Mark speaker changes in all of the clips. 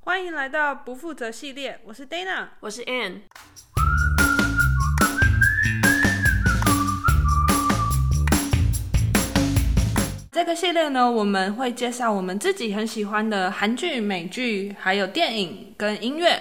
Speaker 1: 欢迎来到不负责系列，我是 Dana。
Speaker 2: 我是 Ann。
Speaker 1: 这个系列呢，我们会介绍我们自己很喜欢的韩剧、美剧，还有电影跟音乐。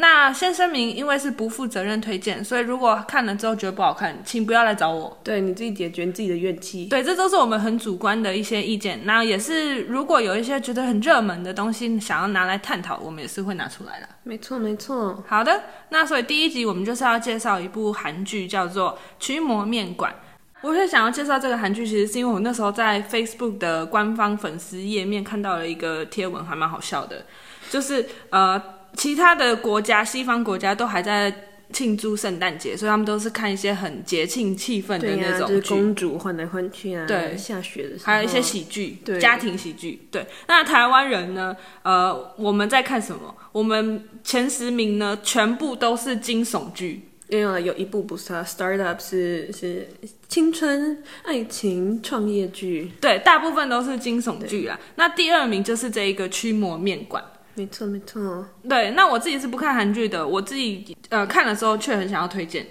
Speaker 1: 那先声明，因为是不负责任推荐，所以如果看了之后觉得不好看，请不要来找 我。
Speaker 2: 对，你自己解决你自己的怨气。
Speaker 1: 对，这都是我们很主观的一些意见。那也是，如果有一些觉得很热门的东西想要拿来探讨，我们也是会拿出来的。
Speaker 2: 没错，没错。
Speaker 1: 好的，那所以第一集我们就是要介绍一部韩剧，叫做《驱魔面馆》。我会想要介绍这个韩剧，其实是因为我那时候在 Facebook 的官方粉丝页面看到了一个贴文，还蛮好笑的，就是呃，其他的国家，西方国家都还在庆祝圣诞节，所以他们都是看一些很节庆气氛的
Speaker 2: 对呀、
Speaker 1: 那
Speaker 2: 就
Speaker 1: 种
Speaker 2: 是
Speaker 1: 剧。
Speaker 2: 公主换来换去啊，
Speaker 1: 对
Speaker 2: 下雪的时候，
Speaker 1: 还有一些喜剧，
Speaker 2: 对
Speaker 1: 家庭喜剧。对，那台湾人呢？呃，我们在看什么？我们前十名呢，全部都是惊悚剧。
Speaker 2: 没有啊，有一部不是啊，Startup 是是青春爱情创业剧，
Speaker 1: 对，大部分都是惊悚剧啊。那第二名就是这一个驱魔面馆。
Speaker 2: 没错没错，
Speaker 1: 对，那我自己是不看韩剧的，我自己呃看的时候却很想要推荐，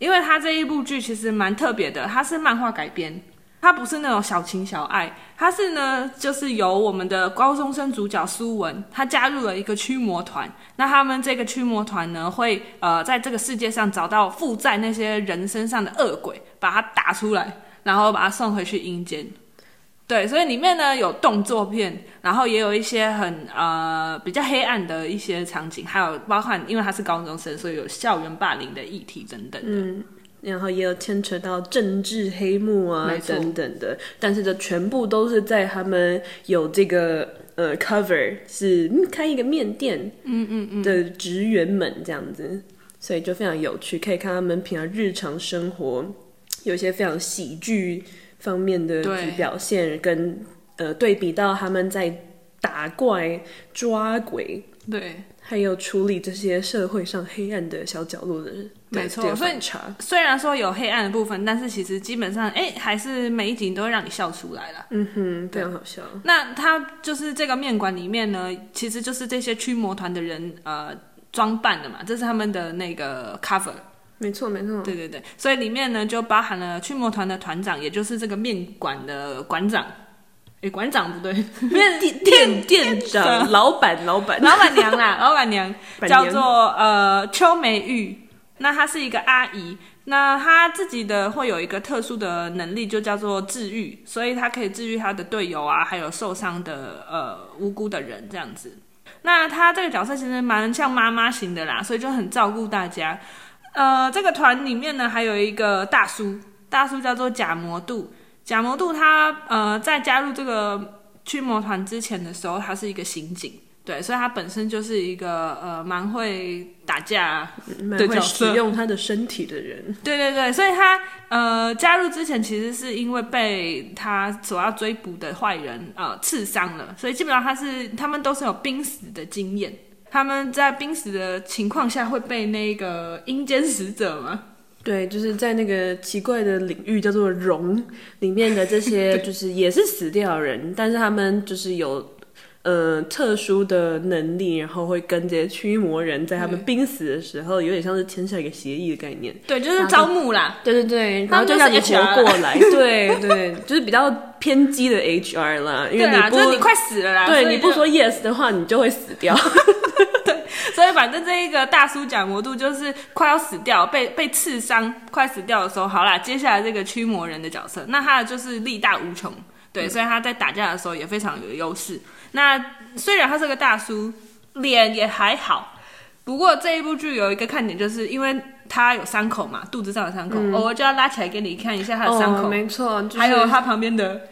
Speaker 1: 因为它这一部剧其实蛮特别的，它是漫画改编，它不是那种小情小爱，它是呢就是由我们的高中生主角苏文，他加入了一个驱魔团，那他们这个驱魔团呢会呃在这个世界上找到附在那些人身上的恶鬼，把它打出来，然后把它送回去阴间。对，所以里面呢有动作片，然后也有一些很呃比较黑暗的一些场景，还有包含因为他是高中生，所以有校园霸凌的议题等等的。
Speaker 2: 嗯。然后也有牵扯到政治黑幕啊
Speaker 1: 没错
Speaker 2: 等等的，但是这全部都是在他们有这个呃 cover 是嗯开一个面店，嗯嗯嗯的职员们这样子，所以就非常有趣，可以看他们平常日常生活有一些非常喜剧方面的
Speaker 1: 对
Speaker 2: 表现，跟呃对比到他们在打怪、抓鬼，
Speaker 1: 对，
Speaker 2: 还有处理这些社会上黑暗的小角落的，
Speaker 1: 没
Speaker 2: 的
Speaker 1: 错
Speaker 2: 这个
Speaker 1: 所以
Speaker 2: 反差。
Speaker 1: 虽然说有黑暗的部分，但是其实基本上哎还是每一集都会让你笑出来了。
Speaker 2: 嗯哼，非常好笑。
Speaker 1: 那他就是这个面馆里面呢，其实就是这些驱魔团的人呃装扮的嘛，这是他们的那个 cover。
Speaker 2: 没错，没错，
Speaker 1: 对对对，所以里面呢就包含了驱魔团的团长，也就是这个面馆的馆长，诶，馆长不对，面
Speaker 2: 店店店长、
Speaker 1: 长
Speaker 2: 老板、老板、
Speaker 1: 老板娘 啦，老板娘
Speaker 2: 板
Speaker 1: 叫
Speaker 2: 娘
Speaker 1: 做呃邱梅玉，那她是一个阿姨，那她自己的会有一个特殊的能力，就叫做治愈，所以她可以治愈她的队友啊，还有受伤的呃无辜的人这样子。那她这个角色其实蛮像妈妈型的啦，所以就很照顾大家。呃，这个团里面呢还有一个大叔，大叔叫做假魔度。假魔度他呃在加入这个驱魔团之前的时候，他是一个刑警，对，所以他本身就是一个呃蛮会打架，
Speaker 2: 蛮
Speaker 1: 对
Speaker 2: 会
Speaker 1: 角
Speaker 2: 使
Speaker 1: 色
Speaker 2: 用他的身体的人。
Speaker 1: 对对对，所以他呃加入之前其实是因为被他所要追捕的坏人呃刺伤了，所以基本上他是他们都是有濒死的经验，他们在濒死的情况下会被那个阴间使者嘛，
Speaker 2: 对，就是在那个奇怪的领域叫做“融”里面的这 些，就是也是死掉的人，但是他们就是有呃特殊的能力，然后会跟这些驱魔人在他
Speaker 1: 嗯
Speaker 2: 们濒死的时候，有点像是签下一个协议的概念。
Speaker 1: 对，就是招募啦，
Speaker 2: 对对对，然
Speaker 1: 他
Speaker 2: 后
Speaker 1: 们
Speaker 2: 就让你
Speaker 1: 就是 HR
Speaker 2: 活过来。 对对，就是比较偏激的 HR 啦，因为
Speaker 1: 对
Speaker 2: 啊你
Speaker 1: 啦，
Speaker 2: 不
Speaker 1: 就是你快死了啦，
Speaker 2: 对
Speaker 1: 所以
Speaker 2: 你不
Speaker 1: 就
Speaker 2: 说 yes 的话，你就会死掉。
Speaker 1: 所以反正这一个大叔假魔度就是快要死掉，被被刺伤，快死掉的时候，好啦，接下来这个驱魔人的角色，那他就是力大无穷，对，
Speaker 2: 嗯
Speaker 1: 所以他在打架的时候也非常有优势。那虽然他是个大叔，脸也还好，不过这一部剧有一个看点，就是因为他有伤口嘛，肚子上有伤口，偶尔就要拉起来给你看一下他 的伤口，
Speaker 2: 嗯哦、没错，就是、
Speaker 1: 还有他旁边的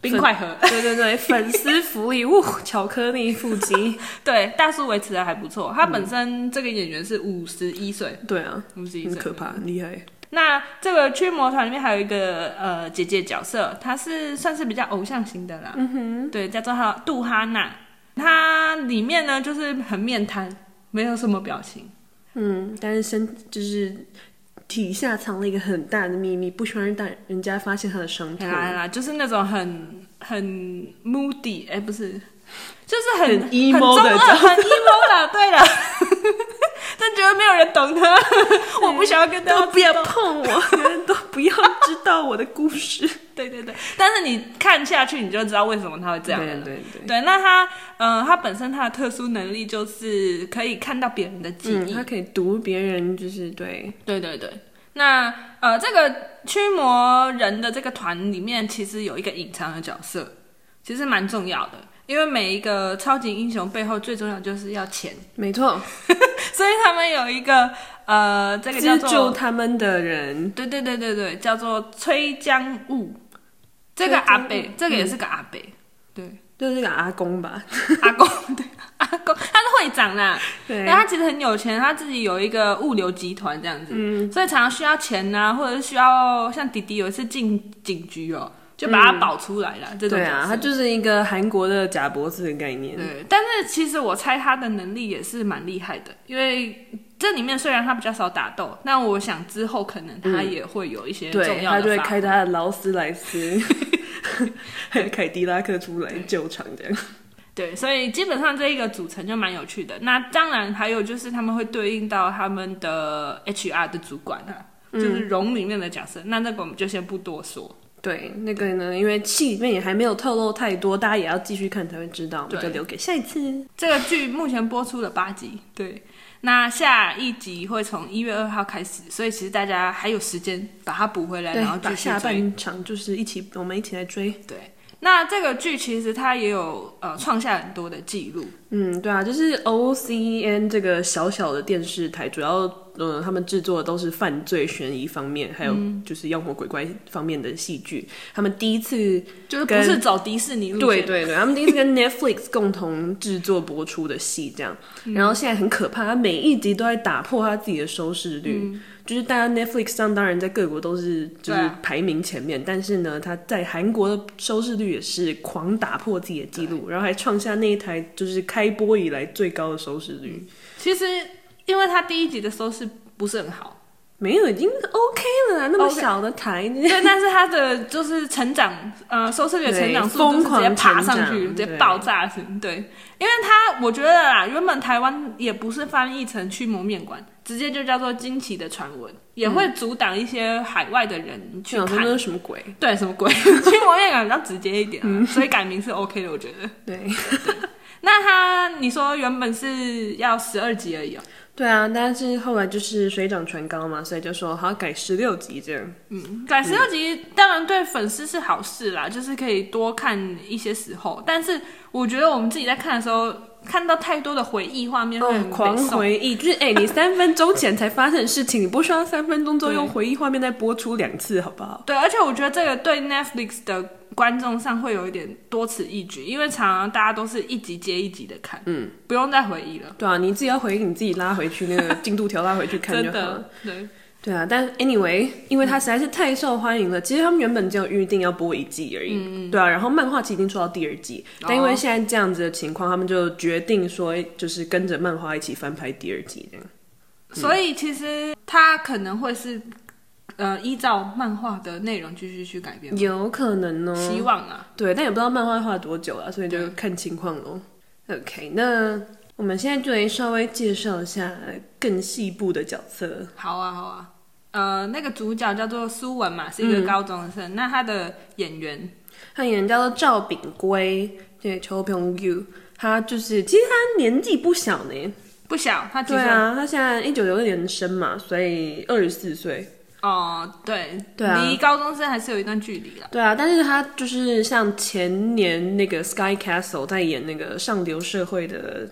Speaker 1: 冰块盒。
Speaker 2: 对对对，粉丝福利，呜，巧克力腹肌，
Speaker 1: 对，大叔维持的还不错，他
Speaker 2: 嗯
Speaker 1: 本身这个演员是五十一岁，
Speaker 2: 对啊，
Speaker 1: 五十一
Speaker 2: 很
Speaker 1: 岁，
Speaker 2: 可怕，很厉害。
Speaker 1: 那这个驱魔团里面还有一个呃姐姐角色，她是算是比较偶像型的啦，嗯哼，对，叫做她杜哈娜，她里面呢就是很面瘫，没有什么表情，
Speaker 2: 嗯，但是身就是底下藏了一个很大的秘密，不希望让大人家发现他的伤
Speaker 1: 啦
Speaker 2: 痛，
Speaker 1: 啦啦，哎就是那种很很 moody，哎、不是，就是很
Speaker 2: 很 emo
Speaker 1: 很中
Speaker 2: 的
Speaker 1: 二，很 emo 啦， 了，对了，但觉得没有人懂他， 我不想要跟大家
Speaker 2: 都不要碰我， 都不要知道我的故事。
Speaker 1: 对对对，但是你看下去，你就知道为什么他会这样了。
Speaker 2: 对对
Speaker 1: 对，那他，呃，他本身他的特殊能力就是可以看到别人的记
Speaker 2: 嗯，
Speaker 1: 忆。
Speaker 2: 他可以读别人，就是对，
Speaker 1: 对对对。那呃，这个驱魔人的这个团里面，其实有一个隐藏的角色，其实蛮重要的，因为每一个超级英雄背后最重要就是要钱，
Speaker 2: 没错，
Speaker 1: 所以他们有一个呃，这个叫
Speaker 2: 资助
Speaker 1: 做
Speaker 2: 他们的人，
Speaker 1: 对对对对对，叫做崔江雾，这个阿
Speaker 2: 崔嗯
Speaker 1: 北，这个也是个阿北，对。
Speaker 2: 就是那个阿公 吧？
Speaker 1: 阿公，对，阿公，他是会长啦。
Speaker 2: 对啊
Speaker 1: 但他其实很有钱，他自己有一个物流集团这样子，
Speaker 2: 嗯
Speaker 1: 所以常常需要钱呐、或者是需要像弟弟有一次进警局哦，就把他保出来了。这种
Speaker 2: 嗯对
Speaker 1: 角
Speaker 2: 啊，
Speaker 1: 色
Speaker 2: 他就是一个韩国的假博士的概念。
Speaker 1: 对，但是其实我猜他的能力也是蛮厉害的，因为这里面虽然他比较少打斗，但我想之后可能他也会有一些重
Speaker 2: 嗯对，
Speaker 1: 要的
Speaker 2: 他就会
Speaker 1: 发
Speaker 2: 开他的劳斯莱斯， 还有凯迪拉克出来救场这样。
Speaker 1: 对，所以基本上这一个组成就蛮有趣的。那当然还有就是他们会对应到他们的 HR 的主管啊，就是
Speaker 2: 嗯
Speaker 1: 荣里面的角色。那这个我们就先不多说。
Speaker 2: 对，那个呢，因为戏里面也还没有透露太多，大家也要继续看才会知道，我们
Speaker 1: 对
Speaker 2: 就留给下一次。
Speaker 1: 这个剧目前播出了八集，对。那下一集会从一月二号开始，所以其实大家还有时间把它补回来，
Speaker 2: 对
Speaker 1: 然后，继
Speaker 2: 把
Speaker 1: 续
Speaker 2: 下
Speaker 1: 追
Speaker 2: 半场就是一起，我们一起来追。
Speaker 1: 对。那这个剧其实它也有呃创下很多的记录，
Speaker 2: 嗯，对啊，就是 OCN 这个小小的电视台，主要嗯、呃他们制作的都是犯罪悬疑方面，还有就是妖魔鬼怪方面的戏剧。他们第一次
Speaker 1: 就是不
Speaker 2: 跟
Speaker 1: 是走迪士尼路线，
Speaker 2: 对对对，他们第一次跟 Netflix 共同制作播出的戏，这样，
Speaker 1: 嗯
Speaker 2: 然后现在很可怕，他每一集都在打破他自己的收视率，就是大家 Netflix 上当然在各国都是就
Speaker 1: 嗯对
Speaker 2: 是
Speaker 1: 啊
Speaker 2: 排名前面，但是呢，他在韩国的收视率也是狂打破自己的记录，然后还创下那一台就是开播以来最高的收视率，
Speaker 1: 其实因为它第一集的收视不是很好，
Speaker 2: 没有已经 OK 了啦，那么
Speaker 1: OK
Speaker 2: 小的台。
Speaker 1: 对，但是他的就是成长，呃，收视率的成长速度
Speaker 2: 对
Speaker 1: 是直接爬
Speaker 2: 疯狂成
Speaker 1: 上
Speaker 2: 长
Speaker 1: 去，直接
Speaker 2: 对
Speaker 1: 爆炸型。对，因为他我觉得啦，原本台湾也不是翻译成驱魔面馆，直接就叫做惊奇的传闻，也会阻挡一些海外的人去
Speaker 2: 想说
Speaker 1: 看。
Speaker 2: 那是什么鬼？
Speaker 1: 对，什么鬼？ 驱魔面馆比较直接一点、啊，所以改名是 OK 的，我觉得。
Speaker 2: 对，
Speaker 1: 那他你说原本是要十二集而已哦、
Speaker 2: 对啊，但是后来就是水涨船高嘛，所以就说好改十六集这样。
Speaker 1: 改十六集当然对粉丝是好事啦，就是可以多看一些时候。但是我觉得我们自己在看的时候，看到太多的回忆画面会
Speaker 2: 哦
Speaker 1: 很，
Speaker 2: 狂
Speaker 1: 悲伤
Speaker 2: 回忆就是哎、你三分钟前才发生的事 情，你不需要三分钟之后
Speaker 1: 对
Speaker 2: 用回忆画面再播出两次，好不好？
Speaker 1: 对，而且我觉得这个对 Netflix 的观众上会有一点多此一举，因为常常大家都是一集接一集的看，嗯，不用再回忆了，
Speaker 2: 对啊，你自己要回忆，你自己拉回去那个进度条拉回去看
Speaker 1: 真
Speaker 2: 就好了。
Speaker 1: 的，对
Speaker 2: 对啊，但 anyway，因为它实在是太受欢迎了，其实他们原本只有预定要播一季而已。对啊，然后漫画其实已经出到第二季，但因为现在这样子的情况，他们就决定说，就是跟着漫画一起翻拍第二季这样。
Speaker 1: 所以其实它可能会是呃依照漫画的内容继续去改变，
Speaker 2: 有可能哦，
Speaker 1: 希望啊，
Speaker 2: 对，但也不知道漫画画多久了，所以就看情况喽。OK，那我们现在就来稍微介绍一下更细部的角色。
Speaker 1: 好啊，好啊。呃，那个主角叫做苏文嘛，是
Speaker 2: 嗯
Speaker 1: 一个高中生。那他的演员，
Speaker 2: 他演员叫做赵炳圭，对，邱平 U，他就是其实他年纪不小呢。
Speaker 1: 不小，他几
Speaker 2: 对
Speaker 1: 岁？
Speaker 2: 啊，他现在一九九六年生嘛，所以二十四岁。
Speaker 1: 哦，对，
Speaker 2: 对啊
Speaker 1: 离高中生还是有一段距离了。
Speaker 2: 对啊，但是他就是像前年那个 Sky Castle 在演那个上流社会的，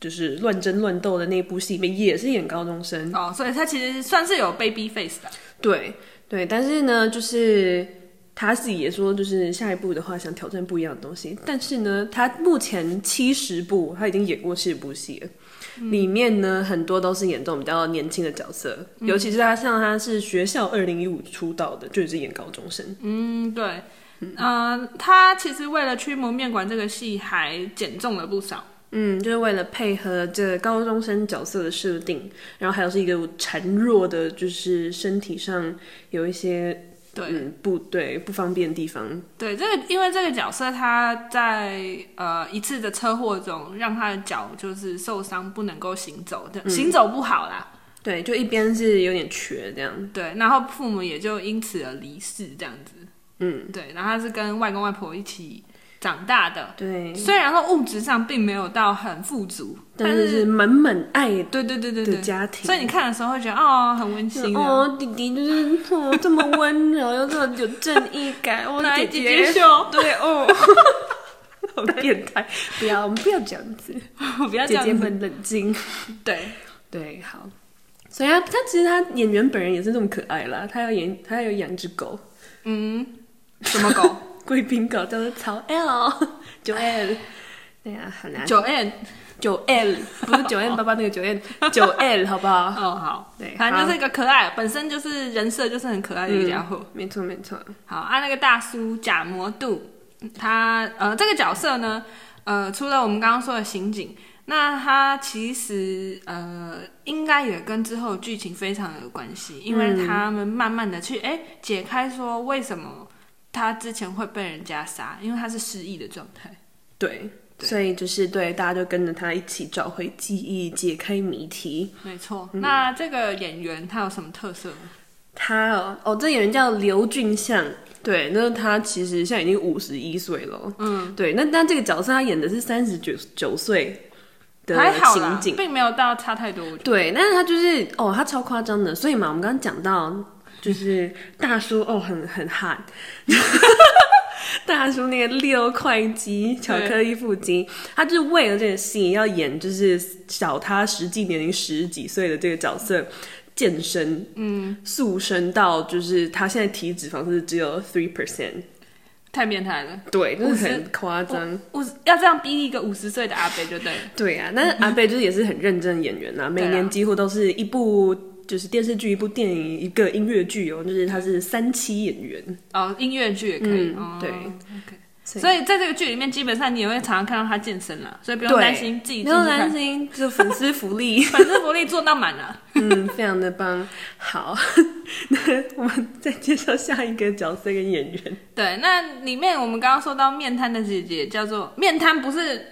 Speaker 2: 就是乱争乱斗的那部戏里面，也是演高中生。
Speaker 1: 哦，所以他其实算是有 baby face 的。
Speaker 2: 对对，但是呢，就是他自己也说，就是下一步的话想挑战不一样的东西。但是呢，他目前七十部，他已经演过七十部戏了。里面呢，很多都是演这种比较年轻的角色，尤其是他像他是学校二零一五出道的，就是演高中生。
Speaker 1: 嗯，对。嗯、他其实为了《驱魔面馆》这个戏还减重了不少。
Speaker 2: 嗯，就是为了配合这个高中生角色的设定，然后还有是一个孱弱的，就是身体上有一些
Speaker 1: 对
Speaker 2: 嗯不对不方便的地方，
Speaker 1: 对，这个因为这个角色他在呃一次的车祸中，让他的脚就是受伤，不能够行走，
Speaker 2: 嗯
Speaker 1: 的，行走不好啦。
Speaker 2: 对，就一边是有点瘸这样，
Speaker 1: 对，然后父母也就因此而离世，这样子。
Speaker 2: 嗯，
Speaker 1: 对，然后他是跟外公外婆一起长大的，
Speaker 2: 对，
Speaker 1: 虽然说物质上并没有到很富足，
Speaker 2: 但是是满满爱
Speaker 1: 对对对对
Speaker 2: 的
Speaker 1: 对，
Speaker 2: 家庭，
Speaker 1: 所以你看的时候会觉得哦，很温馨啊。
Speaker 2: 哦，弟弟就是哦这么温柔又这么有正义 感，哦，
Speaker 1: 来，姐
Speaker 2: 姐
Speaker 1: 姐秀，
Speaker 2: 对哦，好变态！不要，我们不要这样子，
Speaker 1: 不要这
Speaker 2: 姐
Speaker 1: 样
Speaker 2: 姐
Speaker 1: 子。
Speaker 2: 们冷静。
Speaker 1: 对，
Speaker 2: 对，好。所以他他其实他演员本人也是这么可爱啦，他要演他有养只狗，
Speaker 1: 嗯，什么狗？
Speaker 2: 贵宾狗叫做曹 L 九 L，对呀、好难
Speaker 1: 九 N
Speaker 2: 九 L 不 是九 N 爸爸那个九 N 九 L 好不好？
Speaker 1: 哦，好，
Speaker 2: 对
Speaker 1: 反正就是一个可爱，本身就是人设就是很可爱的一个家伙。
Speaker 2: 嗯没错没错，
Speaker 1: 好，啊，那个大叔假魔度，他呃这个角色呢，呃，除了我们刚刚说的刑警，那他其实呃应该也跟之后剧情非常有关系，因为他们慢慢的去哎、诶解开说为什么他之前会被人家杀，因为他是失忆的状态。
Speaker 2: 对。
Speaker 1: 对
Speaker 2: 所以就是对，大家就跟着他一起找回记忆，解开谜题。
Speaker 1: 没错，那这个演员他有什么特色吗？
Speaker 2: 他哦，哦，这演员叫刘俊相，对，那他其实现在已经五十一岁了，嗯，对，那但这个角色他演的是三十九九岁的
Speaker 1: 还好啦
Speaker 2: 情景，
Speaker 1: 并没有到差太多。我觉得
Speaker 2: 对，但是他就是哦，他超夸张的，所以嘛，我们刚刚讲到就是大叔哦，很很悍，大叔那个六块肌巧克力腹肌，他就是为了这个戏要演就是小他实际年龄十几岁的这个角色。健身，嗯，塑身到就是他现在体脂肪是只有 three percent，
Speaker 1: 太变态了，
Speaker 2: 对，真的
Speaker 1: 50
Speaker 2: 很夸张。
Speaker 1: 五十要这样逼一个五十岁的阿伯就对了。
Speaker 2: 对啊，但是阿贝就是也是很认真的演员啊，
Speaker 1: 嗯
Speaker 2: 每
Speaker 1: 对啊
Speaker 2: 年几乎都是一部就是电视剧、一部电影、一个音乐剧哦，就是他是三期演员。
Speaker 1: 哦，音乐剧也可以。
Speaker 2: 嗯
Speaker 1: 哦、
Speaker 2: 对
Speaker 1: OK
Speaker 2: 所以
Speaker 1: 所以在这个剧里面，基本上你也会常常看到他健身啦，所以不用
Speaker 2: 对
Speaker 1: 担心自己
Speaker 2: 不用
Speaker 1: 进去
Speaker 2: 担
Speaker 1: 看，
Speaker 2: 心，就粉丝 福利，
Speaker 1: 反正福利做到满了。
Speaker 2: 嗯，非常的棒。好， 那我们再介绍下一个角色跟演员，
Speaker 1: 对，那里面我们刚刚说到面摊的姐姐叫做面摊，不是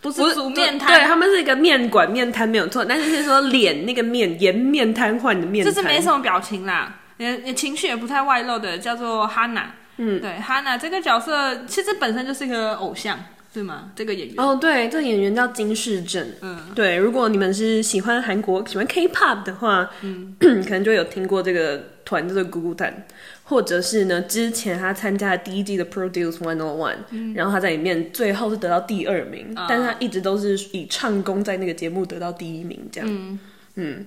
Speaker 1: 不
Speaker 2: 不
Speaker 1: 是煮面
Speaker 2: 对
Speaker 1: 摊，
Speaker 2: 他们是一个面馆面瘫没有错，但是是说脸那个面颜面瘫痪的面
Speaker 1: 就
Speaker 2: 瘫，
Speaker 1: 是没什么表情啦，也也情绪也不太外露的，叫做哈娜。嗯，对，哈娜这个角色其实本身就是一个偶像，对吗？这个演员，
Speaker 2: 哦，对，这个演员叫金世正。
Speaker 1: 嗯，
Speaker 2: 对，如果你们是喜欢韩国、喜欢 K-pop 的话，嗯， 可能就有听过这个团叫做 g u g 蛋，或者是呢，之前他参加第一季的 Produce One O One，、然后他在里面最后是得到第二名，
Speaker 1: 嗯啊
Speaker 2: 但是他一直都是以唱功在那个节目得到第一名这样。嗯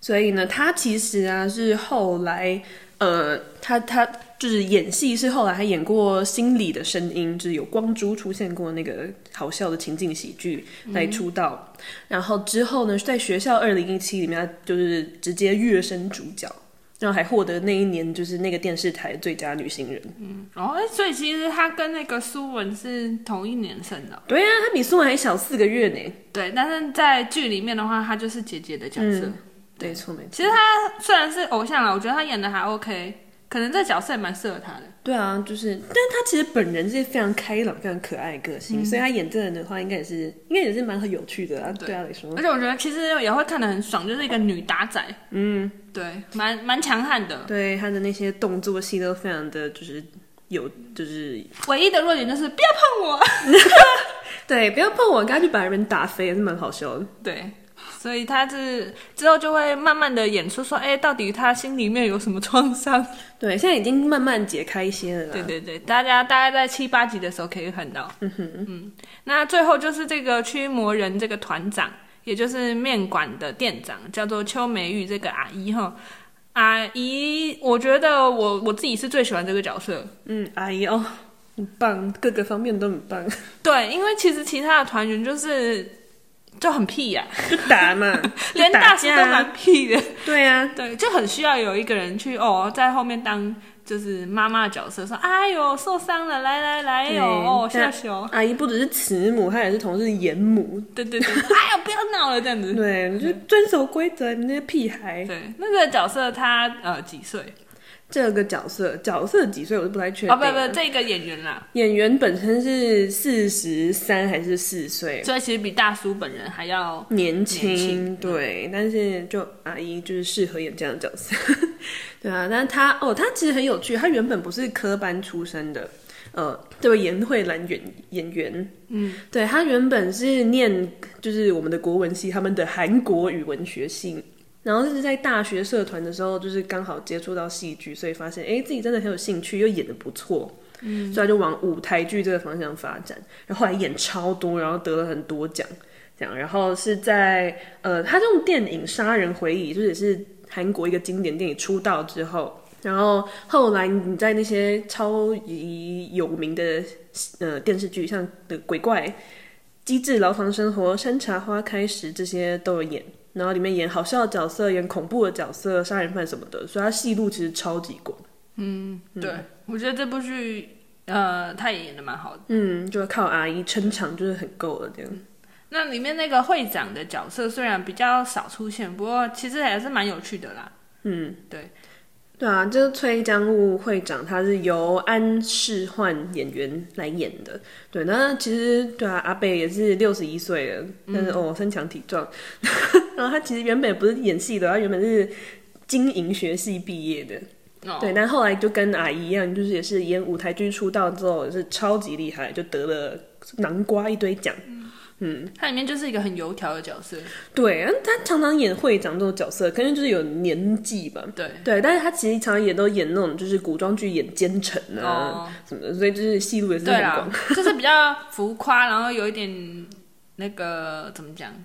Speaker 2: 所以呢，他其实啊是后来，呃，他他就是演戏是后来还演过《心里的声音》，就是有光洙出现过那个好笑的情境喜剧来出道。然后之后呢，在学校二零一七里面，他就是直接跃升主角，然后还获得那一年就是那个电视台最佳女新人。
Speaker 1: 然后、哎所以其实他跟那个苏文是同一年生的哦，
Speaker 2: 对啊，他比苏文还小四个月呢。
Speaker 1: 对，但是在剧里面的话，他就是姐姐的角色。
Speaker 2: 嗯对，错没错。
Speaker 1: 其实他虽然是偶像了，我觉得他演的还 OK，可能这角色也蛮适合他的。
Speaker 2: 对啊，就是，但他其实本人是非常开朗、非常可爱的个性，所以他演这个人的话，应该也是，应该也是蛮很有趣的啊。
Speaker 1: 对
Speaker 2: 对他来说，
Speaker 1: 而且我觉得其实也会看得很爽，就是一个女打仔，
Speaker 2: 嗯，
Speaker 1: 对，蛮蛮强悍的。
Speaker 2: 对他的那些动作戏都非常的就是有，就是
Speaker 1: 唯一的弱点就是不要碰我。
Speaker 2: 对，不要碰我，刚才就把人打飞，也是蛮好笑的。
Speaker 1: 对，所以他是之后就会慢慢的演出说，哎，到底他心里面有什么创伤？
Speaker 2: 对，现在已经慢慢解开一些了啦。
Speaker 1: 对对对，大家大概在七八集的时候可以看到。嗯哼，嗯，那最后就是这个驱魔人这个团长，也就是面馆的店长，叫做邱美玉这个阿姨哈。阿姨，我觉得我我自己是最喜欢这个角色，
Speaker 2: 嗯，阿姨哦，很棒，各个方面都很 棒，
Speaker 1: 对，因为其实其他的团员就是就很屁 呀、
Speaker 2: 就打嘛，就
Speaker 1: 连
Speaker 2: 打
Speaker 1: 大师
Speaker 2: 架啊
Speaker 1: 都蛮屁的，
Speaker 2: 对啊，
Speaker 1: 对，就很需要有一个人去哦，在后面当就是妈妈的角色，说哎呦受伤了，来来来哟，哦
Speaker 2: 对
Speaker 1: 下手。
Speaker 2: 阿姨不只是慈母，她也是同时是严母。
Speaker 1: 对对 对，哎呀，不要闹了，这样子。
Speaker 2: 对，你就遵守规则，你那些屁孩。
Speaker 1: 对，那个角色他呃几岁？
Speaker 2: 这个角色角色几岁我是不太确定
Speaker 1: 哦，
Speaker 2: 了。
Speaker 1: 不不，这个演员啦，
Speaker 2: 演员本身是四十三还是四岁，
Speaker 1: 所以其实比大叔本人还要
Speaker 2: 年轻，嗯
Speaker 1: 年轻
Speaker 2: 对，但是就阿姨就是适合演这样的角色， 对啊，但是她哦，她其实很有趣，她原本不是科班出身的，呃，这位严慧兰演演员，嗯，对她原本是念就是我们的国文系，他们的韩国语文学系。然后就是在大学社团的时候，就是刚好接触到戏剧，所以发现哎，自己真的很有兴趣，又演的不错，嗯，所以她就往舞台剧这个方向发展。然后后来演超多，然后得了很多奖。这样，然后是在呃，他这种电影《杀人回忆》就是也是韩国一个经典电影出道之后，然后后来你在那些超级有名的呃电视剧，像的鬼怪、机智牢房生活、山茶花开时这些都有演，然后里面演好笑的角色，演恐怖的角色、杀人犯什么的，所以他戏路其实超级广。嗯
Speaker 1: 对。我觉得这部剧，呃，他也演的蛮好的。
Speaker 2: 嗯，就靠阿姨撑场就是很够了这样。
Speaker 1: 那里面那个会长的角色虽然比较少出现，不过其实还是蛮有趣的啦。
Speaker 2: 嗯，
Speaker 1: 对，
Speaker 2: 对啊，就是崔江务会长，他是由安世焕演员来演的。对，那其实对啊，阿北也是六十一岁了，但
Speaker 1: 嗯
Speaker 2: 是、哦身强体壮。 然后他其实原本也不是演戏的，他原本是经营学系毕业的。
Speaker 1: 哦
Speaker 2: 对，但后来就跟阿姨一样，就是也是演舞台剧出道之后也是超级厉害，就得了南瓜一堆奖。嗯
Speaker 1: 它里面就是一个很油条的角色。
Speaker 2: 对，啊他常常演会长这种角色，可能就是有年纪吧。
Speaker 1: 对，
Speaker 2: 对，但是他其实常常也都演那种就是古装剧演奸臣啊，
Speaker 1: 哦，
Speaker 2: 什么的，所以就是戏路也是
Speaker 1: 对
Speaker 2: 很
Speaker 1: 啦
Speaker 2: 广。，
Speaker 1: 就是比较浮夸，然后有一点那个怎么讲，
Speaker 2: 嗯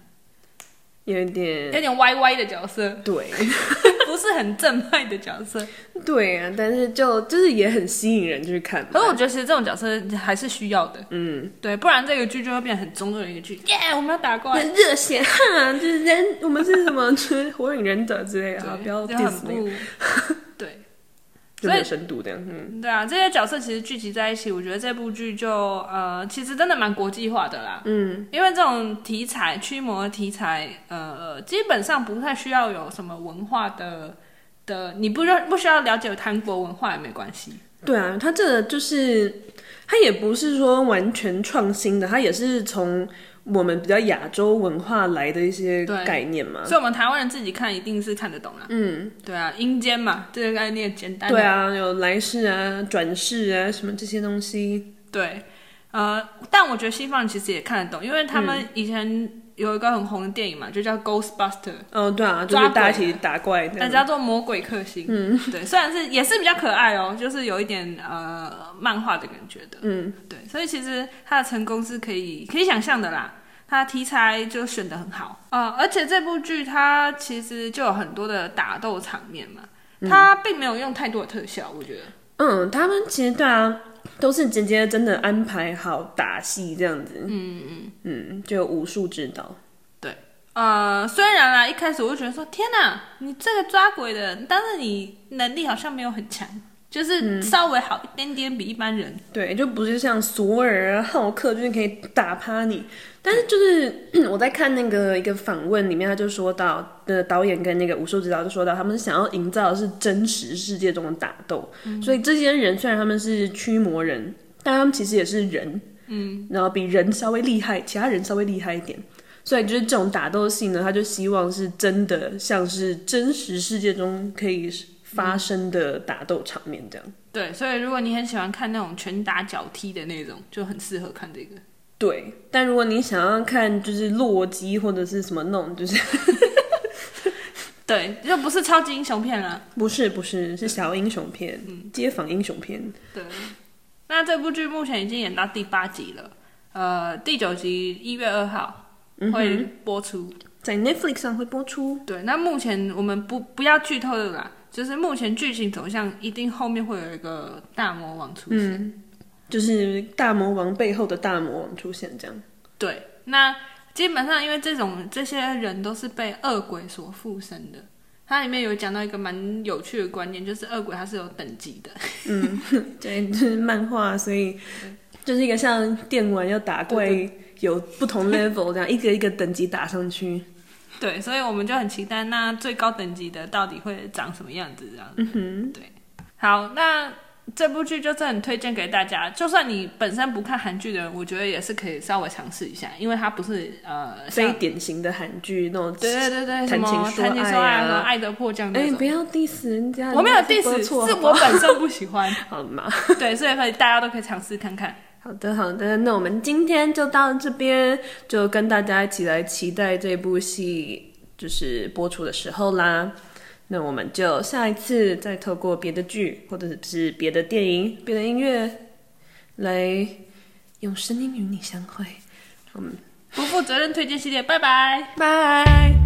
Speaker 2: 有一
Speaker 1: 有
Speaker 2: 点
Speaker 1: 点歪歪的角色，
Speaker 2: 对
Speaker 1: 不是很正派的角色。
Speaker 2: 对啊，但是就就是也很吸引人去看
Speaker 1: 可是我
Speaker 2: 嘛。
Speaker 1: 觉得其实这种角色还是需要的，
Speaker 2: 嗯，
Speaker 1: 对，不然这个剧就会变得很中二的一个剧。耶、我们要打怪，
Speaker 2: 很热血哈，就是人我们是什么，就是火影忍者之类的啊，
Speaker 1: 对
Speaker 2: 不要
Speaker 1: 就很
Speaker 2: diss 那个，
Speaker 1: 不，对。
Speaker 2: 就
Speaker 1: 所
Speaker 2: 没有
Speaker 1: 以
Speaker 2: 深度这样。嗯，
Speaker 1: 对啊，这些角色其实聚集在一起，我觉得这部剧就呃，其实真的蛮国际化的啦。嗯，因为这种题材驱魔题材，呃，基本上不太需要有什么文化的的，你不认不需要了解韩国文化也没关系。
Speaker 2: 对啊，他这个就是他也不是说完全创新的，他也是从我们比较亚洲文化来的一些
Speaker 1: 对
Speaker 2: 概念嘛。
Speaker 1: 所以我们台湾人自己看一定是看得懂啦。嗯，对啊，阴间嘛，这个概念简单。
Speaker 2: 对，啊，有来世啊、转世啊什么这些东西。
Speaker 1: 对，呃，但我觉得西方人其实也看得懂，因为他
Speaker 2: 嗯
Speaker 1: 们以前有一个很红的电影嘛，就叫《Ghostbuster》。
Speaker 2: 哦，对啊，就是
Speaker 1: 抓鬼
Speaker 2: 大家一起打怪这样，
Speaker 1: 那叫做魔鬼克星。嗯，对，虽然是也是比较可爱哦，就是有一点呃漫画的感觉的。
Speaker 2: 嗯，
Speaker 1: 对，所以其实它的成功是可以可以想象的啦。它题材就选的很好啊、呃而且这部剧它其实就有很多的打斗场面嘛，它并没有用太多的特效，我觉得。
Speaker 2: 嗯，他们其实对啊，都是直接真的安排好打戏这样子。嗯嗯嗯，就有武术指导。
Speaker 1: 呃，虽然啦，一开始我就觉得说，天哪，你这个抓鬼的，但是你能力好像没有很强，就是稍微好一点点，比一般人。
Speaker 2: 对，就不是像索尔啊、 浩克，就是可以打趴你。但是就是 我在看那个一个访问里面，他就说到，呃，导演跟那个武术指导就说到，他们是想要营造的是真实世界中的打斗，所以这些人虽然他们是驱魔人，但他们其实也是人，嗯，然后比人稍微厉害，其他人稍微厉害一点。所以就是这种打斗戏呢，他就希望是真的，像是真实世界中可以发生的打斗场面这样。
Speaker 1: 对，所以如果你很喜欢看那种拳打脚踢的那种，就很适合看这个。
Speaker 2: 对，但如果你想要看就是洛基或者是什么那种，就是
Speaker 1: 对，就不是超级英雄片啦。
Speaker 2: 不是不是是小英雄片，
Speaker 1: 嗯
Speaker 2: 街坊英雄片。
Speaker 1: 对，那这部剧目前已经演到第八集了，呃，第九集一月二号会播出。
Speaker 2: 在 Netflix 上会播出，
Speaker 1: 对，那目前我们不不要剧透了啦，就是目前剧情走向一定后面会有一个大魔王出现。
Speaker 2: 就是大魔王背后的大魔王出现这样。
Speaker 1: 对，那基本上因为这种这些人都是被恶鬼所附身的。它里面有讲到一个蛮有趣的观念，就是恶鬼它是有等级的，
Speaker 2: 对，哎就是漫画，所以就是一个像电玩要打怪有不同 level 这样，一个一个等级打上去。
Speaker 1: 对，所以我们就很期待那最高等级的到底会长什么样子这样子。嗯对，好，那这部剧就是很推荐给大家，就算你本身不看韩剧的人，我觉得也是可以稍微尝试一下，因为它不是呃
Speaker 2: 非
Speaker 1: 像
Speaker 2: 典型的韩剧那种。
Speaker 1: 对对对对，什
Speaker 2: 谈
Speaker 1: 么
Speaker 2: 情
Speaker 1: 谈
Speaker 2: 说
Speaker 1: 情说
Speaker 2: 爱
Speaker 1: 爱
Speaker 2: 啊
Speaker 1: 和爱的迫降那
Speaker 2: 哎、
Speaker 1: 种。
Speaker 2: 不要 diss 人家，
Speaker 1: 我没有
Speaker 2: 人家是播
Speaker 1: diss，
Speaker 2: 错
Speaker 1: 是
Speaker 2: 好不
Speaker 1: 我
Speaker 2: 好
Speaker 1: 本身不喜欢，
Speaker 2: 好嘛。
Speaker 1: 对，所以可以大家都可以尝试看看。
Speaker 2: 好的，好的，那我们今天就到这边，就跟大家一起来期待这部戏就是播出的时候啦。那我们就下一次再透过别的剧，或者是别的电影、别的音乐，来用声音与你相会。
Speaker 1: 不负责任推荐系列，拜拜。
Speaker 2: 拜。